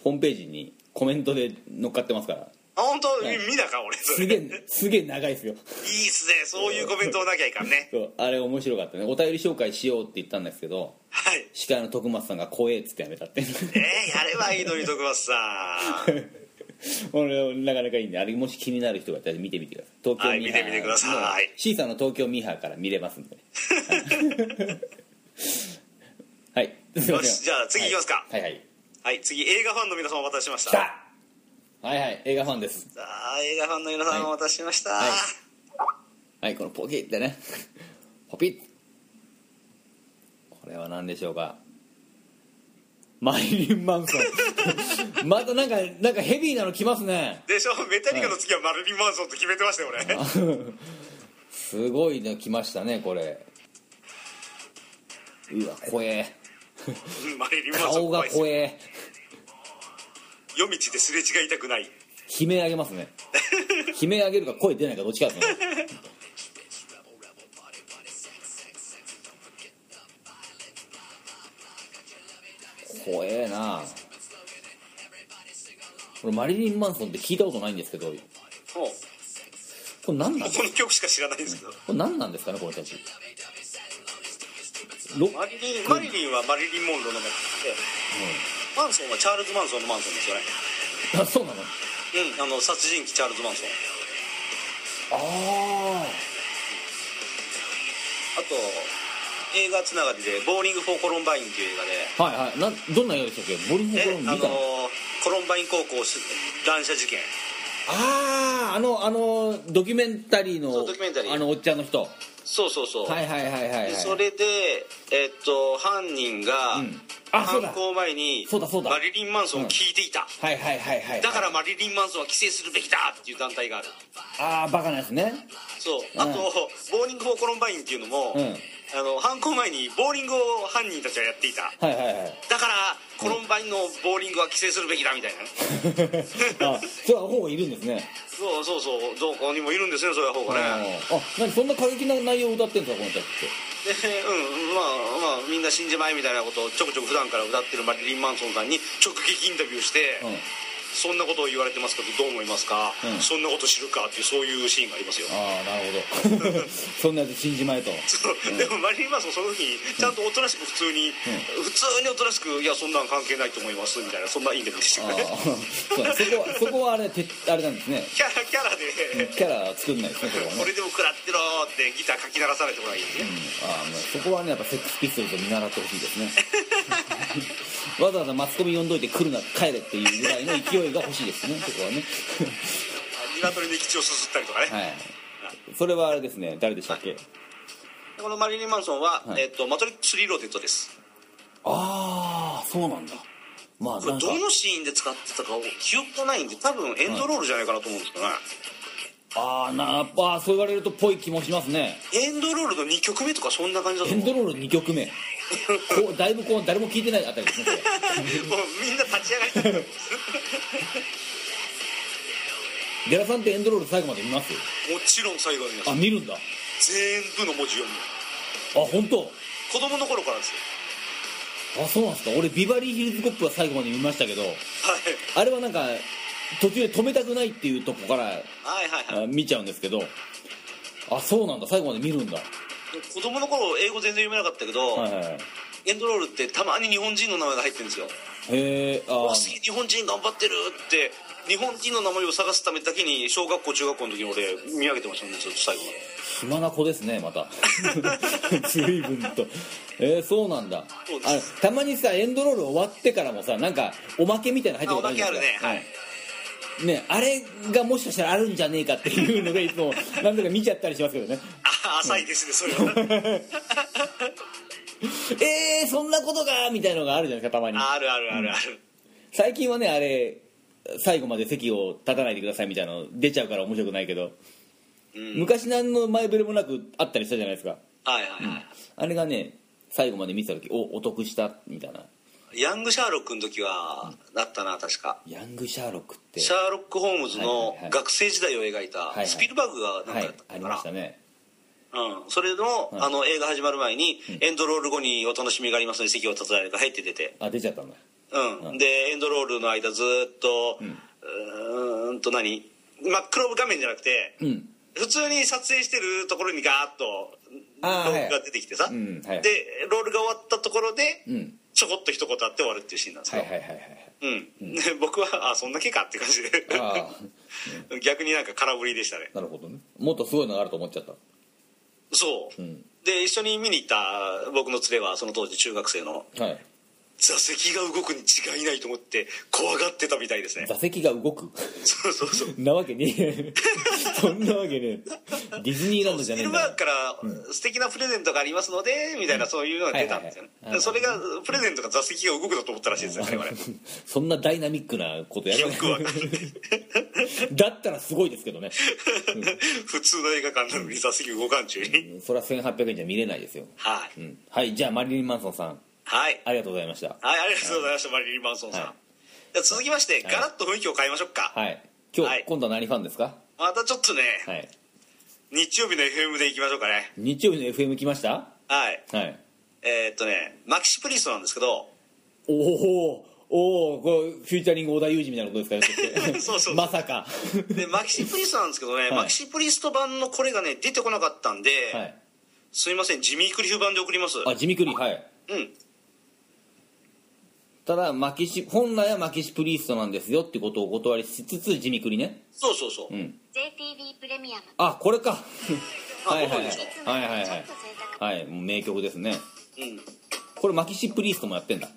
Speaker 1: ホームページにコメントで乗っかってますから
Speaker 2: あ本当、
Speaker 1: い
Speaker 2: 見見たか俺そ
Speaker 1: す
Speaker 2: れ
Speaker 1: げえすげえ長いですよ
Speaker 2: いいっすねそういうコメントをなきゃいかんね
Speaker 1: そうあれ面白かったねお便り紹介しようって言ったんですけど
Speaker 2: はい
Speaker 1: 司会の徳松さんが怖えっつってやめたって
Speaker 2: えー、やればいいのに徳松さん
Speaker 1: 俺なかなかいいんであれもし気になる人がいたら見てみてください東京
Speaker 2: はい
Speaker 1: ミーハー
Speaker 2: 見てみてください
Speaker 1: C さんの東京ミーハーから見れます んではいすいま
Speaker 2: よ
Speaker 1: せん
Speaker 2: しじゃあ次いきますか
Speaker 1: はいはい
Speaker 2: はい次映画ファンの皆さんお待たせしま
Speaker 1: 来
Speaker 2: した
Speaker 1: たはいはい映画ファンです
Speaker 2: さあ映画ファンの皆さんお待たせしました、
Speaker 1: はいはいこのポキってね ポピッこれは何でしょうかマリリン・マンソン またなんかなんかヘビーなの来ますね
Speaker 2: でしょメタリカの次はマルリン・マンソンと決めてましたよ俺
Speaker 1: すごいね来ましたねこれうわ怖え
Speaker 2: マリリン・マンソン
Speaker 1: 顔が
Speaker 2: 怖いっすよ
Speaker 1: 怖え
Speaker 2: 夜道ですれ違いたくない
Speaker 1: 悲鳴あげますね悲鳴あげるか声出ないかどっちかですね怖えなこれマリリン・マンソンって聞いたことないんですけどこ
Speaker 2: もう
Speaker 1: れ何なん
Speaker 2: この曲しか知らないんですけど
Speaker 1: これ何なんですかねこの人たちロ
Speaker 2: マリリンマリリンはマリリン・モンローの名前で、マンソンはチャールズ・マンソンのマンソンですよね
Speaker 1: あそうなの
Speaker 2: うんあの殺人鬼チャールズ・マンソン
Speaker 1: あ
Speaker 2: あと映画つながりで「ボーリング・フォー・コロンバイン」っていう映画で
Speaker 1: あはいはいなんどんな映画でしたっけボルフォーコロ
Speaker 2: え
Speaker 1: ン見
Speaker 2: あ
Speaker 1: た
Speaker 2: の
Speaker 1: の
Speaker 2: コロンバイン高校し乱射事件
Speaker 1: あああのあのドキュメンタリーの
Speaker 2: そうドキュメンタリー
Speaker 1: あのおっちゃんの人は
Speaker 2: そうそうそう、
Speaker 1: いはいはいはい、はい、
Speaker 2: でそれでえっと犯人が、
Speaker 1: うんあそうだ
Speaker 2: 犯行前に
Speaker 1: そうだそうだ
Speaker 2: マリリン・マンソンを聞いていた、
Speaker 1: はいはいはいはい
Speaker 2: だからマリリン・マンソンは規制するべきだっていう団体がある
Speaker 1: ああバカなやつね
Speaker 2: そう
Speaker 1: うん
Speaker 2: あと、ボーリング・フォー・コロンバインっていうのも、
Speaker 1: うん
Speaker 2: あの犯行前にボーリングを犯人たちはやっていた
Speaker 1: はいはい はい
Speaker 2: だからコロンバインのボーリングは規制するべきだみたいな、
Speaker 1: あそういう方がいるんですね
Speaker 2: そうそうそうどこにもいるんですねそういう方
Speaker 1: あ
Speaker 2: がね、
Speaker 1: ーあ何そんな過激な内容を歌ってんすかこの人たちって
Speaker 2: でうんまあまあみんな死んじまえみたいなことをちょくちょく普段から歌ってるマリリン・マンソンさんに直撃インタビューして、
Speaker 1: うん
Speaker 2: そんなことを言われてますけどどう思いますか、
Speaker 1: うん
Speaker 2: そんなこと知るかっていうそういうシーンがありますよ
Speaker 1: ああなるほど そんなやつ死んじまえと
Speaker 2: そうでもマリリン・マンソンその時にちゃんとおとなしく普通に、普通におとなしく「いやそんなん関係ないと思います」みたいなそんなインタビューでし
Speaker 1: あ
Speaker 2: たよね
Speaker 1: ーそうなんそこはそこはあれてあれなんですね
Speaker 2: キャラキャラで
Speaker 1: キャラは作んないですねそこは
Speaker 2: 「こ
Speaker 1: ね
Speaker 2: れでも食らってろ」ってギターかき鳴らされてもらいいね
Speaker 1: ああもうそこはねやっぱセックスピストルズを見習ってほしいですね わざわざマスコミ呼んどいて来るな帰れっていうぐらいの勢いが欲しいですねそこはね
Speaker 2: 鶏の口をすすったりとかね、
Speaker 1: はいそれはあれですね誰でしたっけ
Speaker 2: でこのマリリン・マンソンは、
Speaker 1: はい
Speaker 2: えっとマトリックス・リローテッドです
Speaker 1: ああそうなんだまあ
Speaker 2: こ
Speaker 1: な
Speaker 2: れ
Speaker 1: んか
Speaker 2: どのシーンで使ってたか記憶がないんで多分エンドロールじゃないかなと思うんですけどね、
Speaker 1: ああなあーそう言われるとぽい気もしますね
Speaker 2: エンドロールの2曲目とかそんな感じだと
Speaker 1: エ
Speaker 2: 思
Speaker 1: ン
Speaker 2: う
Speaker 1: ドロール2曲目こうだいぶこう誰も聞いてないあたりですねこれ
Speaker 2: もうみんな立ち上がりたくなる
Speaker 1: ゲラさんってエンドロール最後まで見ます
Speaker 2: もちろん最後に
Speaker 1: あ見るんだあ
Speaker 2: 全部の文字読む
Speaker 1: 本当
Speaker 2: 子供の頃からですよ
Speaker 1: あそうなんですか俺ビバリーヒルズコップは最後まで見ましたけど
Speaker 2: はい
Speaker 1: あれはなんか途中で止めたくないっていうとこから
Speaker 2: はいはいはい
Speaker 1: あ見ちゃうんですけどあそうなんだ最後まで見るんだ
Speaker 2: 子供の頃英語全然読めなかったけど、
Speaker 1: はいはいはい
Speaker 2: エンドロールってたまに日本人の名前が入ってるんですよ
Speaker 1: へえあ
Speaker 2: わすげえ日本人頑張ってるって日本人の名前を探すためだけに小学校中学校の時に俺見上げてましたねずっと最後まで
Speaker 1: 暇な子ですねま た随分とえー、そうなんだ
Speaker 2: そうで
Speaker 1: あ
Speaker 2: す
Speaker 1: れたまにさエンドロール終わってからもさなんかおまけみたいなの入って
Speaker 2: あ
Speaker 1: ること
Speaker 2: お
Speaker 1: る
Speaker 2: まけあるね
Speaker 1: ですか
Speaker 2: はい
Speaker 1: ねあれがもしかしたらあるんじゃねえかっていうのがいつも何度か見ちゃったりしますけどね
Speaker 2: あ浅いですねそれは
Speaker 1: えー、そんなことがみたいのがあるじゃないですかたまに
Speaker 2: あるあるあるある、
Speaker 1: 最近はねあれ最後まで席を立たないでくださいみたいなの出ちゃうから面白くないけど、
Speaker 2: うん
Speaker 1: 昔何の前触れもなくあったりしたじゃないですか
Speaker 2: はいはいはい、
Speaker 1: あれがね最後まで見てた時おお得したみたいな
Speaker 2: ヤングシャーロックの時はだったな確か
Speaker 1: ヤングシャーロックって
Speaker 2: シャーロック・ホームズの
Speaker 1: はいはいはい
Speaker 2: 学生時代を描い
Speaker 1: いは
Speaker 2: た
Speaker 1: い
Speaker 2: スピルバーグがなんか
Speaker 1: は
Speaker 2: や
Speaker 1: い
Speaker 2: った
Speaker 1: あり
Speaker 2: かな、
Speaker 1: ましたね
Speaker 2: うん、それの,、
Speaker 1: い
Speaker 2: あの映画始まる前に、エンドロール後にお楽しみがありますので席を立たないか入って出て、
Speaker 1: あ出ちゃったんだ
Speaker 2: うん
Speaker 1: うん
Speaker 2: でエンドロールの間ずっと、うーん、ーんと何真っ黒画面じゃなくて、
Speaker 1: うん
Speaker 2: 普通に撮影してるところにガーッと
Speaker 1: あー
Speaker 2: ロールが出てきてさ、
Speaker 1: はいうんはい
Speaker 2: でロールが終わったところで、
Speaker 1: うん
Speaker 2: ちょこっと一言あって終わるっていうシーンなんです
Speaker 1: はい
Speaker 2: よ、
Speaker 1: はいはいはい
Speaker 2: うん、で 僕はあそんだけかって感じ
Speaker 1: ああ
Speaker 2: で 逆になんか空振りでしたね
Speaker 1: なるほどねもっとすごいのがあると思っちゃった
Speaker 2: そう、
Speaker 1: うん
Speaker 2: で一緒に見に行った僕の連れはその当時中学生の
Speaker 1: はい
Speaker 2: 座席が動くに違いないと思って怖がってたみたいですね
Speaker 1: 座席が動く
Speaker 2: そうそうそう
Speaker 1: なわけねえ そんなわけねえディズニーランドじゃ
Speaker 2: ス
Speaker 1: ねえ
Speaker 2: ピル
Speaker 1: ん
Speaker 2: バー
Speaker 1: だ
Speaker 2: グから素敵なプレゼントがありますのでみたいなそういうのが出たんですよね、
Speaker 1: はいはいはい
Speaker 2: それがプレゼントが座席が動くだと思ったらしいですよ我々
Speaker 1: そんなダイナミックなことや
Speaker 2: よ
Speaker 1: らない
Speaker 2: くわかんない
Speaker 1: だったらすごいですけどね
Speaker 2: 普通の映画館なのに座席動かんちゅうに
Speaker 1: それは1800円じゃ見れないですよ、
Speaker 2: は
Speaker 1: う
Speaker 2: い、
Speaker 1: ん、はいじゃあマリリン・マンソンさん
Speaker 2: はい
Speaker 1: ありがとうございました
Speaker 2: はい、ありがとうございました、マリリン・マンソンさん。
Speaker 1: はい
Speaker 2: じゃあ続きまして、
Speaker 1: はい
Speaker 2: ガラッと雰囲気を変えましょうか。
Speaker 1: はい今日、
Speaker 2: はい
Speaker 1: 今度は何ファンですか
Speaker 2: またちょっとね、
Speaker 1: はい
Speaker 2: 日曜日の FM でいきましょうかね。
Speaker 1: 日曜日の FM 来ました
Speaker 2: はい。
Speaker 1: はい
Speaker 2: えーっとね、マキシプリストなんですけ ど、
Speaker 1: おおおおこれフューチャリング小田裕二みたいなことですか ねそして
Speaker 2: そうそう
Speaker 1: まさか
Speaker 2: でマキシプリストなんですけどね、
Speaker 1: い
Speaker 2: マキシプリスト版のこれがね、出てこなかったんで、
Speaker 1: はい
Speaker 2: すいません、ジミー・クリフ版で送ります。
Speaker 1: あ地味くりはい
Speaker 2: うん。
Speaker 1: ただマキシ本来はマキシプリーストなんですよってことをお断りしつつ地味くりね
Speaker 2: そうそうそう。
Speaker 1: ん
Speaker 3: JTB プレミアム
Speaker 1: あこれか
Speaker 2: あ
Speaker 1: はいはい
Speaker 2: ご存知で
Speaker 1: はいはいはい
Speaker 3: ちょっと贅沢
Speaker 1: はいもう名曲ですね
Speaker 2: うん。
Speaker 1: これマキシプリーストもやってんだ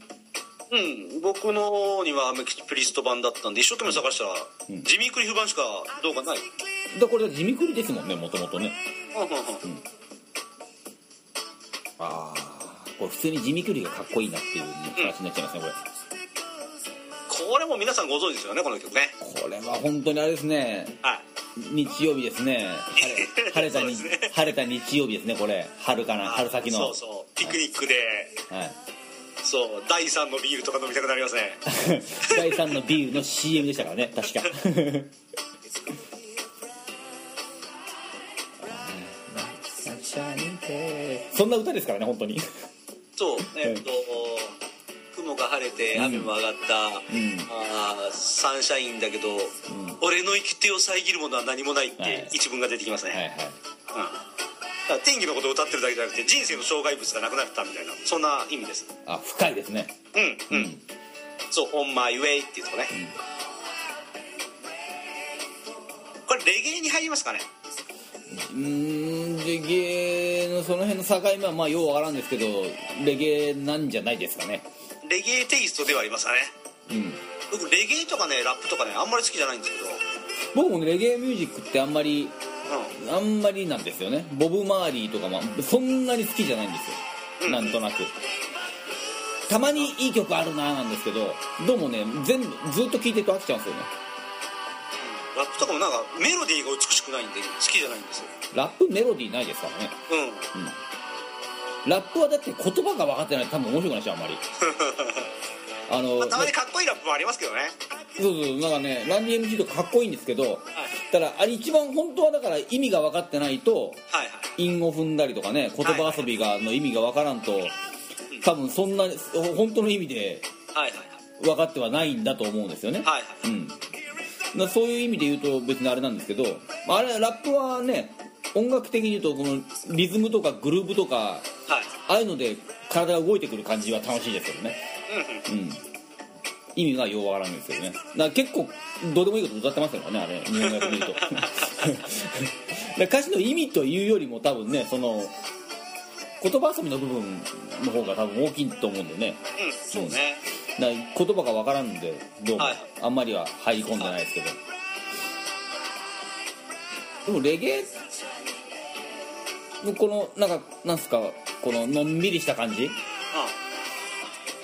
Speaker 2: うん、僕の方にはマキシプリスト版だったんで、一生懸命探したら、ジミー・クリフ版しかどうかない。
Speaker 1: だこれ地味くりですもんねもともとね
Speaker 2: うんうんうん
Speaker 1: ああこれ普通に地味くりがかっこいいなっていう話になっちゃいますねこれ
Speaker 2: これも皆さんご存知ですよね、この曲ね。
Speaker 1: これは本当にあれですね
Speaker 2: はい。
Speaker 1: 日曜日ですね 晴れ晴れた
Speaker 2: そう
Speaker 1: に、
Speaker 2: ですね
Speaker 1: 晴れた日曜日ですねこれ春かな春先の
Speaker 2: そうそうピクニックで、
Speaker 1: はい
Speaker 2: そう第3のビールとか飲みたくなりますね
Speaker 1: 第3のビールの CM でしたからね確 かそんな歌ですからね本当に
Speaker 2: そうえっと雲が晴れて雨も上がった、
Speaker 1: ん
Speaker 2: あーサンシャインだけど、俺の行く手を遮るものは何もないっ
Speaker 1: はい
Speaker 2: て一文が出てきますね、
Speaker 1: はいはい
Speaker 2: うん、だから天気のことを歌ってるだけじゃなくて人生の障害物がなくなったみたいなそんな意味です
Speaker 1: あ深いですね
Speaker 2: うんうん、そう「On My Way」っていうとこね、これレゲエに入りますかね
Speaker 1: うーんレゲエのその辺の境目はまあようわからんですけどレゲエなんじゃないですかね
Speaker 2: レゲエテイストではありますかね
Speaker 1: うん
Speaker 2: 僕レゲエとかねラップとかねあんまり好きじゃないんですけど、
Speaker 1: 僕もねレゲエミュージックってあんまり
Speaker 2: う
Speaker 1: あんまりなんですよねボブ・マーリーとかもそんなに好きじゃないんですよなんとなくたまにいい曲あるなーなんですけどどうもね全部ずっと聴いてると飽きちゃうんですよね
Speaker 2: ん、ラップとかもなんかメロディーが美しくないんで好きじゃないんですよ
Speaker 1: ラップメロディーないですからね
Speaker 2: うん
Speaker 1: ラップはだって言葉が分かってないと多分面白くないでしょあんまりあの、
Speaker 2: まあ、たまにかっこいいラップもありますけどね
Speaker 1: そうそうなんかねランディ MG とかかっこいいんですけどただあれ一番本当はだから意味が分かってないと
Speaker 2: はいはい
Speaker 1: 韻を踏んだりとかね言葉遊びがの意味が分からんと多分そんな本当の意味で
Speaker 2: はいはい
Speaker 1: 分かってはないんだと思うんですよね、
Speaker 2: はいは
Speaker 1: う
Speaker 2: い
Speaker 1: ん、だからそういう意味で言うと別にあれなんですけどまああれラップはね音楽的に言うとこのリズムとかグルーヴとか
Speaker 2: はい
Speaker 1: ああいうので体が動いてくる感じは楽しいですけどね、うん、意味がようわからんですよねだから結構どうでもいいこと歌ってますからねあれ日本語で言うと だから歌詞の意味というよりも多分ねその言葉遊びの部分の方が多分大きいと思うんでね
Speaker 2: うんそうね
Speaker 1: だから言葉がわからんんでどうも、
Speaker 2: はい
Speaker 1: あんまりは入り込んでないですけど、でもレゲエのこのなんかなんすかこののんびりした感じ
Speaker 2: う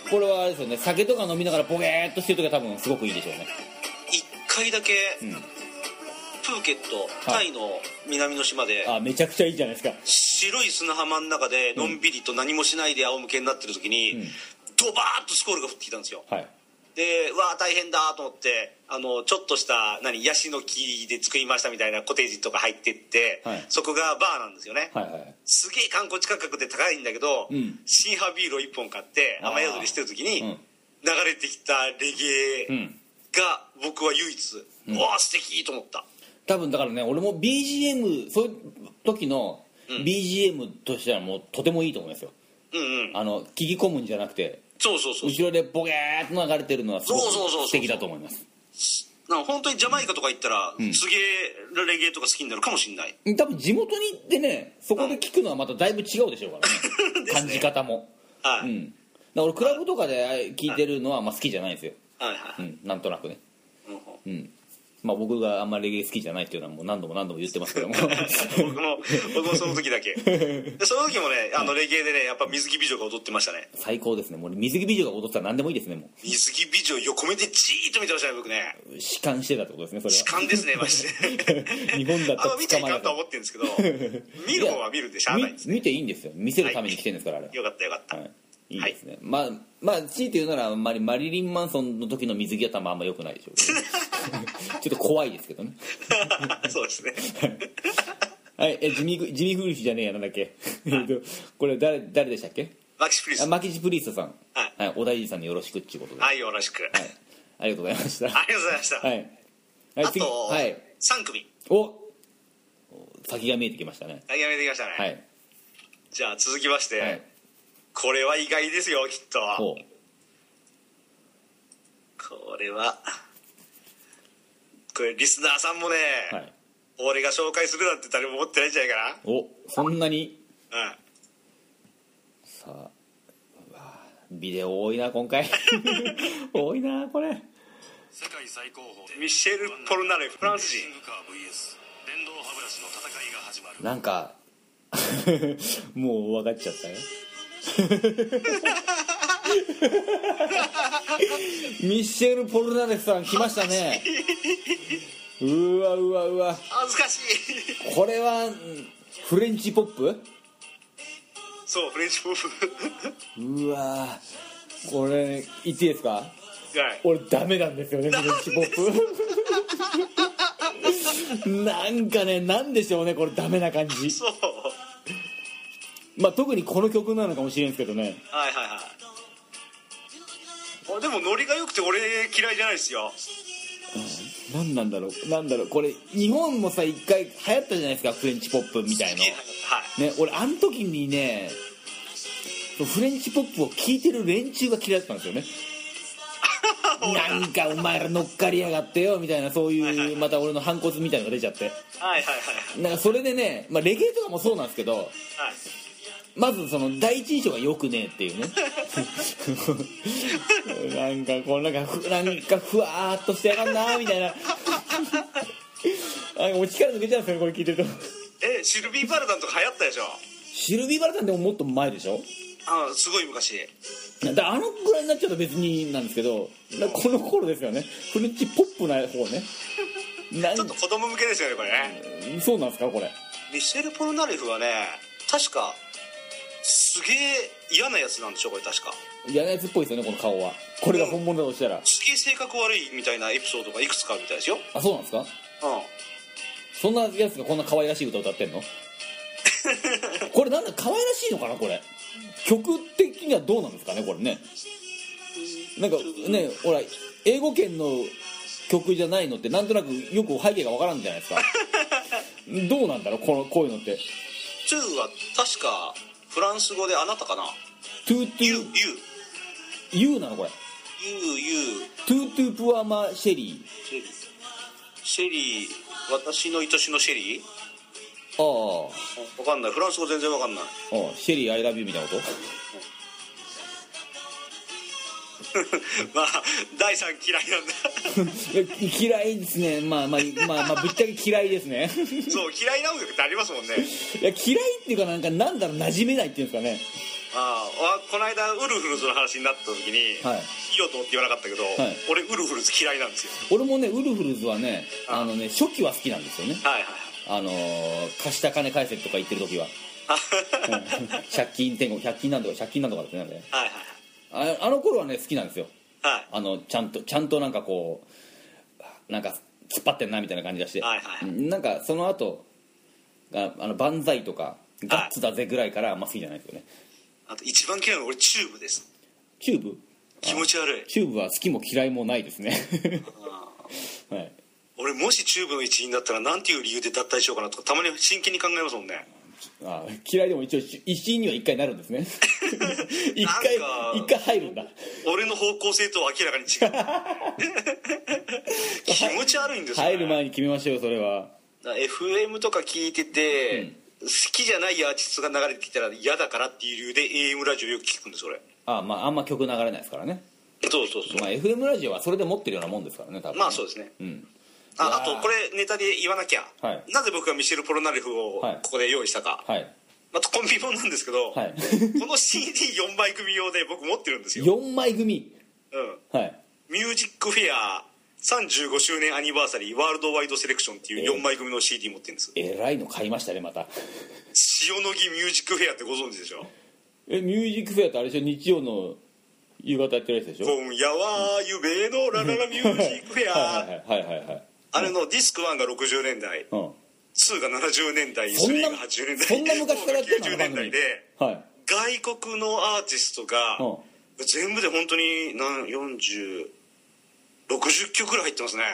Speaker 1: これはあれですよね酒とか飲みながらボケーっとしてる時は多分すごくいいでしょうね
Speaker 2: ん一回だけ、
Speaker 1: ん
Speaker 2: プーケット
Speaker 1: は
Speaker 2: タ
Speaker 1: い
Speaker 2: イの南の島で
Speaker 1: あめちゃくちゃいいじゃないですか
Speaker 2: 白い砂浜の中でのんびりと何もしないで仰向けになってる時に、
Speaker 1: うん
Speaker 2: ドバーッとスコールが降ってきたんですよ
Speaker 1: はい
Speaker 2: でうわあ大変だと思ってあのちょっとした何ヤシの木で作りましたみたいなコテージとか入ってって、
Speaker 1: はい
Speaker 2: そこがバーなんですよね、
Speaker 1: はいはい
Speaker 2: すげえ観光地価格で高いんだけど、
Speaker 1: うん
Speaker 2: 新派ビールを1本買って
Speaker 1: あー
Speaker 2: 雨宿りしてる時に、
Speaker 1: うん
Speaker 2: 流れてきたレゲエ
Speaker 1: うん
Speaker 2: が僕は唯一、うわあ素敵と思った
Speaker 1: 多分だからね俺も BGM そういう時の BGM としてはもうとてもいいと思いますよ
Speaker 2: うんうん
Speaker 1: あの聞き込むんじゃなくて
Speaker 2: そうそうそう
Speaker 1: 後ろでボケーっと流れてるのはすごく
Speaker 2: そうそうそうそう
Speaker 1: 素敵だと思います
Speaker 2: なんか本当にジャマイカとか行ったら、すげえレゲエとか好きになるかもしんない
Speaker 1: 多分地元に行ってねそこで聞くのはまただいぶ違うでしょうからね
Speaker 2: ですね
Speaker 1: 感じ方も
Speaker 2: は
Speaker 1: う
Speaker 2: い、
Speaker 1: んだから俺クラブとかで聞いてるのはあんま好きじゃないんですよ、
Speaker 2: はいは
Speaker 1: う
Speaker 2: い、
Speaker 1: ん、なんとなくね
Speaker 2: うん
Speaker 1: うんまあ僕があんまりレゲエ好きじゃないっていうのはもう何度も何度も言ってますけども
Speaker 2: 僕も僕もその時だけでその時もねあのレゲエでねやっぱ水着美女が踊ってましたね
Speaker 1: 最高ですねもう水着美女が踊ったら何でもいいですねも
Speaker 2: 水着美女横目でじーっと見てましたね僕ね
Speaker 1: う弛緩してたってことですねそれは
Speaker 2: 痴漢ですねマジで
Speaker 1: 日本 だ
Speaker 2: あ
Speaker 1: と
Speaker 2: の見て
Speaker 1: 捕
Speaker 2: い
Speaker 1: まえ
Speaker 2: か
Speaker 1: な
Speaker 2: んと
Speaker 1: か
Speaker 2: は
Speaker 1: っ
Speaker 2: 思ってるんですけど見る方は見るんでしゃあないんです
Speaker 1: 見見ていいんですよ見せるために来てるんですから、あれ
Speaker 2: よかったよかった、
Speaker 1: はい、いいですね、まあまあ強いて言うならあんまりマリリン・マンソンの時の水着はまあんま良くないでしょうけどね、ちょっと怖いですけどね
Speaker 2: そうですね
Speaker 1: はいえジミー・ジミーフルヒじゃねえやなんだっけえっとこれ誰誰でしたっけ
Speaker 2: マキシプリス
Speaker 1: あマキジ・プリーストさん、
Speaker 2: はい
Speaker 1: はい、お大事さんによろしくっていうことで、はい
Speaker 2: はいよろしく、
Speaker 1: ありがとうございました
Speaker 2: ありがとうございました、
Speaker 1: はい、はい、
Speaker 2: あと、
Speaker 1: はい、
Speaker 2: 3組
Speaker 1: お先が見えてきましたね
Speaker 2: あやめてきましたね、
Speaker 1: はい
Speaker 2: じゃあ続きまして、
Speaker 1: はい
Speaker 2: これは意外ですよきっと
Speaker 1: お
Speaker 2: これはこれリスナーさんもね、
Speaker 1: はい
Speaker 2: 俺が紹介するなんて誰も思ってないんじゃないか
Speaker 1: おそんなに
Speaker 2: な、うん、
Speaker 1: さあうわビデオ多いな今回 多いなこれ
Speaker 4: 世界最高峰
Speaker 2: ミシェル・ポルナレフフランス人
Speaker 4: シングカー VS 電動歯ブラシの戦いが始まる
Speaker 1: なんか もう分かっちゃったよ ミシェル・ポルナレスさん来ましたね うわうわうわ
Speaker 2: 恥ずかしい
Speaker 1: これはうんフレンチポップ
Speaker 2: そうフレンチポップ
Speaker 1: うわこれ言っていいですか
Speaker 2: はい
Speaker 1: 俺ダメなんですよねフレンチポップ なんかねなんでしょうねこれダメな感じ
Speaker 2: そう
Speaker 1: まあ特にこの曲なのかもしれんすけどね
Speaker 2: はいはいはいあでもノリが良くて俺嫌いじゃないですよ
Speaker 1: 何なんだろうなんだろうこれ日本もさ一回流行ったじゃないですかフレンチポップみたいの
Speaker 2: はい
Speaker 1: ね俺あの時にねフレンチポップを聴いてる連中が嫌いだったんですよ ねなんかお前ら乗っかりやがってよみたいなそういうまた俺の反骨みたいのが出ちゃって
Speaker 2: はいはいはい
Speaker 1: なんかそれでね、まあ、レゲエとかもそうなんですけど
Speaker 2: はい
Speaker 1: まずその第一印象が良くねえっていうね なんかこうなんかふなんかふわーっとしてやがんなみたいな なんかもう力抜けちゃうんですよねこれ聞いてると
Speaker 2: えシルビー・バルダンとか流行ったでしょ
Speaker 1: シルビーバルタンでももっと前でしょ
Speaker 2: あすごい昔
Speaker 1: だからあのぐらいになっちゃうと別になんですけどだからこの頃ですよねフレンチポップな方ねなん
Speaker 2: ちょっと子供向けですよねこれね
Speaker 1: そうなんですかこれ
Speaker 2: ミシェル・ポルナレフはね確かすげえ嫌なやつなんでしょこれ確か
Speaker 1: 嫌なやつっぽいですよねこの顔はこれが本物だとしたら
Speaker 2: すげえ性格悪いみたいなエピソードがいくつかあるみたいですよ
Speaker 1: あそうなんですか
Speaker 2: う
Speaker 1: そんなやつがこんな可愛らしい歌歌ってんのこれなんか可愛らしいのかなこれ曲的にはどうなんですかねこれねなんかねほら英語圏の曲じゃないのってなんとなくよく背景がわからんじゃないですかどうなんだろうこのこういうのって
Speaker 2: ん2は確かフランス語であなたかな
Speaker 1: 「トゥート
Speaker 2: y o
Speaker 1: ゥ
Speaker 2: u
Speaker 1: ー U」なのこれ「
Speaker 2: y o u y o u
Speaker 1: トゥートゥープアマシェリ
Speaker 2: シェリーシェリー私の愛しのシェリー
Speaker 1: ー」ああ
Speaker 2: わかんないフランス語全然わかんない
Speaker 1: ああシェリーアイラビューみたいなこと
Speaker 2: まあ第3嫌いなんだ
Speaker 1: い嫌いですねまあまあまあまあぶっちゃけ嫌いですね
Speaker 2: そう嫌いな音楽ってありますもんね
Speaker 1: いや嫌いっていうかなんかなんだろう馴染めないっていうんですかね
Speaker 2: ああわこの間ウルフルズの話になった時に、
Speaker 1: はい
Speaker 2: いよと思って言わなかったけど、
Speaker 1: い
Speaker 2: 俺ウルフルズ嫌いなんですよ
Speaker 1: 俺もねウルフルズはね
Speaker 2: あ
Speaker 1: あのね初期は好きなんですよね
Speaker 2: はいはい
Speaker 1: あのー貸した金返せとか言ってる時 は
Speaker 2: はい
Speaker 1: 借金天国100均なんとか借金なんとかですね
Speaker 2: はい
Speaker 1: あれああの頃はね好きなんですよ
Speaker 2: はいはい
Speaker 1: あのちゃんとちゃんとなんかこうなんか突っ張ってんなみたいな感じがして、
Speaker 2: はいはい
Speaker 1: うんなんかその後ああの万歳とかガッツだぜぐらいからあんま好きじゃないですよね
Speaker 2: あと一番嫌いなの俺チューブです
Speaker 1: チューブ
Speaker 2: 気持ち悪い
Speaker 1: チューブは好きも嫌いもないですね はい
Speaker 2: 俺もしチューブの一員だったらなんていう理由で脱退しようかなとかたまに真剣に考えますもんね
Speaker 1: あ嫌いでも一応一員には一回なるんです ね一回
Speaker 2: なんか
Speaker 1: 一回入るんだ
Speaker 2: 俺の方向性とは明らかに違う 気持ち悪いんですよ、ね、
Speaker 1: 入る前に決めましょうよそれは
Speaker 2: だから FM とか聞いてて、好きじゃないアーティストが流れてきたら嫌だからっていう理由で AM ラジオよく聞くんです俺
Speaker 1: あまああんま曲流れないですからね、
Speaker 2: そうそうそう
Speaker 1: まあ、FM ラジオはそれで持ってるようなもんですからね多分
Speaker 2: まあそうですね
Speaker 1: うん
Speaker 2: ああ
Speaker 1: いやー
Speaker 2: とこれネタで言わなきゃ、
Speaker 1: はい
Speaker 2: なぜ僕がミシェル・ポロナリフを
Speaker 1: はい
Speaker 2: ここで用意したか、
Speaker 1: はい
Speaker 2: まあ、コンビ本なんですけ ど、
Speaker 1: はい
Speaker 2: この CD4 枚組用で僕持ってるんですよ、
Speaker 1: 4枚組
Speaker 2: うん、
Speaker 1: はい
Speaker 2: ミュージックフェア35周年アニバーサリーワールドワイドセレクションっていう4枚組の CD 持ってるんです
Speaker 1: えらいの買いましたねまた
Speaker 2: 塩野義ミュージックフェアってご存知でしょ
Speaker 1: えミュージックフェアってあれでしょ日曜の夕方やってるやつでしょ
Speaker 2: 今夜は夢のラララミュージックフ ェ
Speaker 1: は
Speaker 2: ア
Speaker 1: いはいはいはいはいはい
Speaker 2: あれのディスク1が60年代
Speaker 1: うん
Speaker 2: 2が70年代
Speaker 1: そん
Speaker 2: 3
Speaker 1: な
Speaker 2: が80年代
Speaker 1: そんな昔からやってんの
Speaker 2: 90年代で
Speaker 1: はい
Speaker 2: 外国のアーティストが
Speaker 1: う
Speaker 2: 全部で本当に何4060曲ぐらい入ってますね
Speaker 1: っ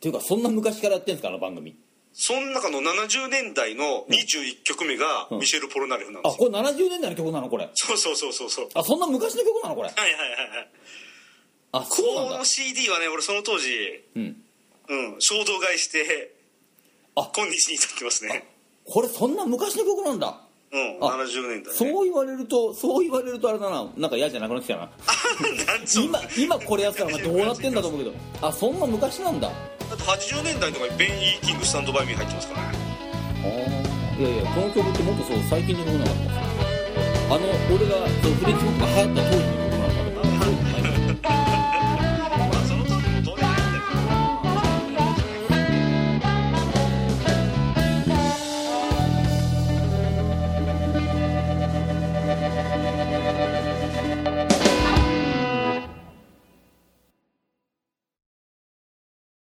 Speaker 1: ていうかそんな昔からやってんすかあの番組
Speaker 2: その中の70年代の21曲目が
Speaker 1: うん
Speaker 2: ミシェル・ポロナリフなんで
Speaker 1: あ
Speaker 2: すよ
Speaker 1: これ70年代の曲なのこれ
Speaker 2: そうそうそうそうそう
Speaker 1: あそんな昔の曲なのこれ
Speaker 2: はいはいはいはい
Speaker 1: あそう
Speaker 2: こ
Speaker 1: なん
Speaker 2: の
Speaker 1: だ
Speaker 2: CD はね俺その当時
Speaker 1: うん
Speaker 2: うん衝動買いして
Speaker 1: あ
Speaker 2: 今日に至ってますね
Speaker 1: これそんな昔の曲なんだ
Speaker 2: うん
Speaker 1: あ
Speaker 2: 70年代ね
Speaker 1: そう言われるとそう言われるとあれだななんか嫌じゃなくなってきたな
Speaker 2: なんそう
Speaker 1: 今今これやってたらお前どうなってんだと思うけどあそんな昔なんだ
Speaker 2: だって80年代とかにベン・イーキングスタンドバイミー入ってますからね
Speaker 1: いやいやこの曲ってもっとそう最近の曲なかったんですよあの俺がそうフレンチポップが流行った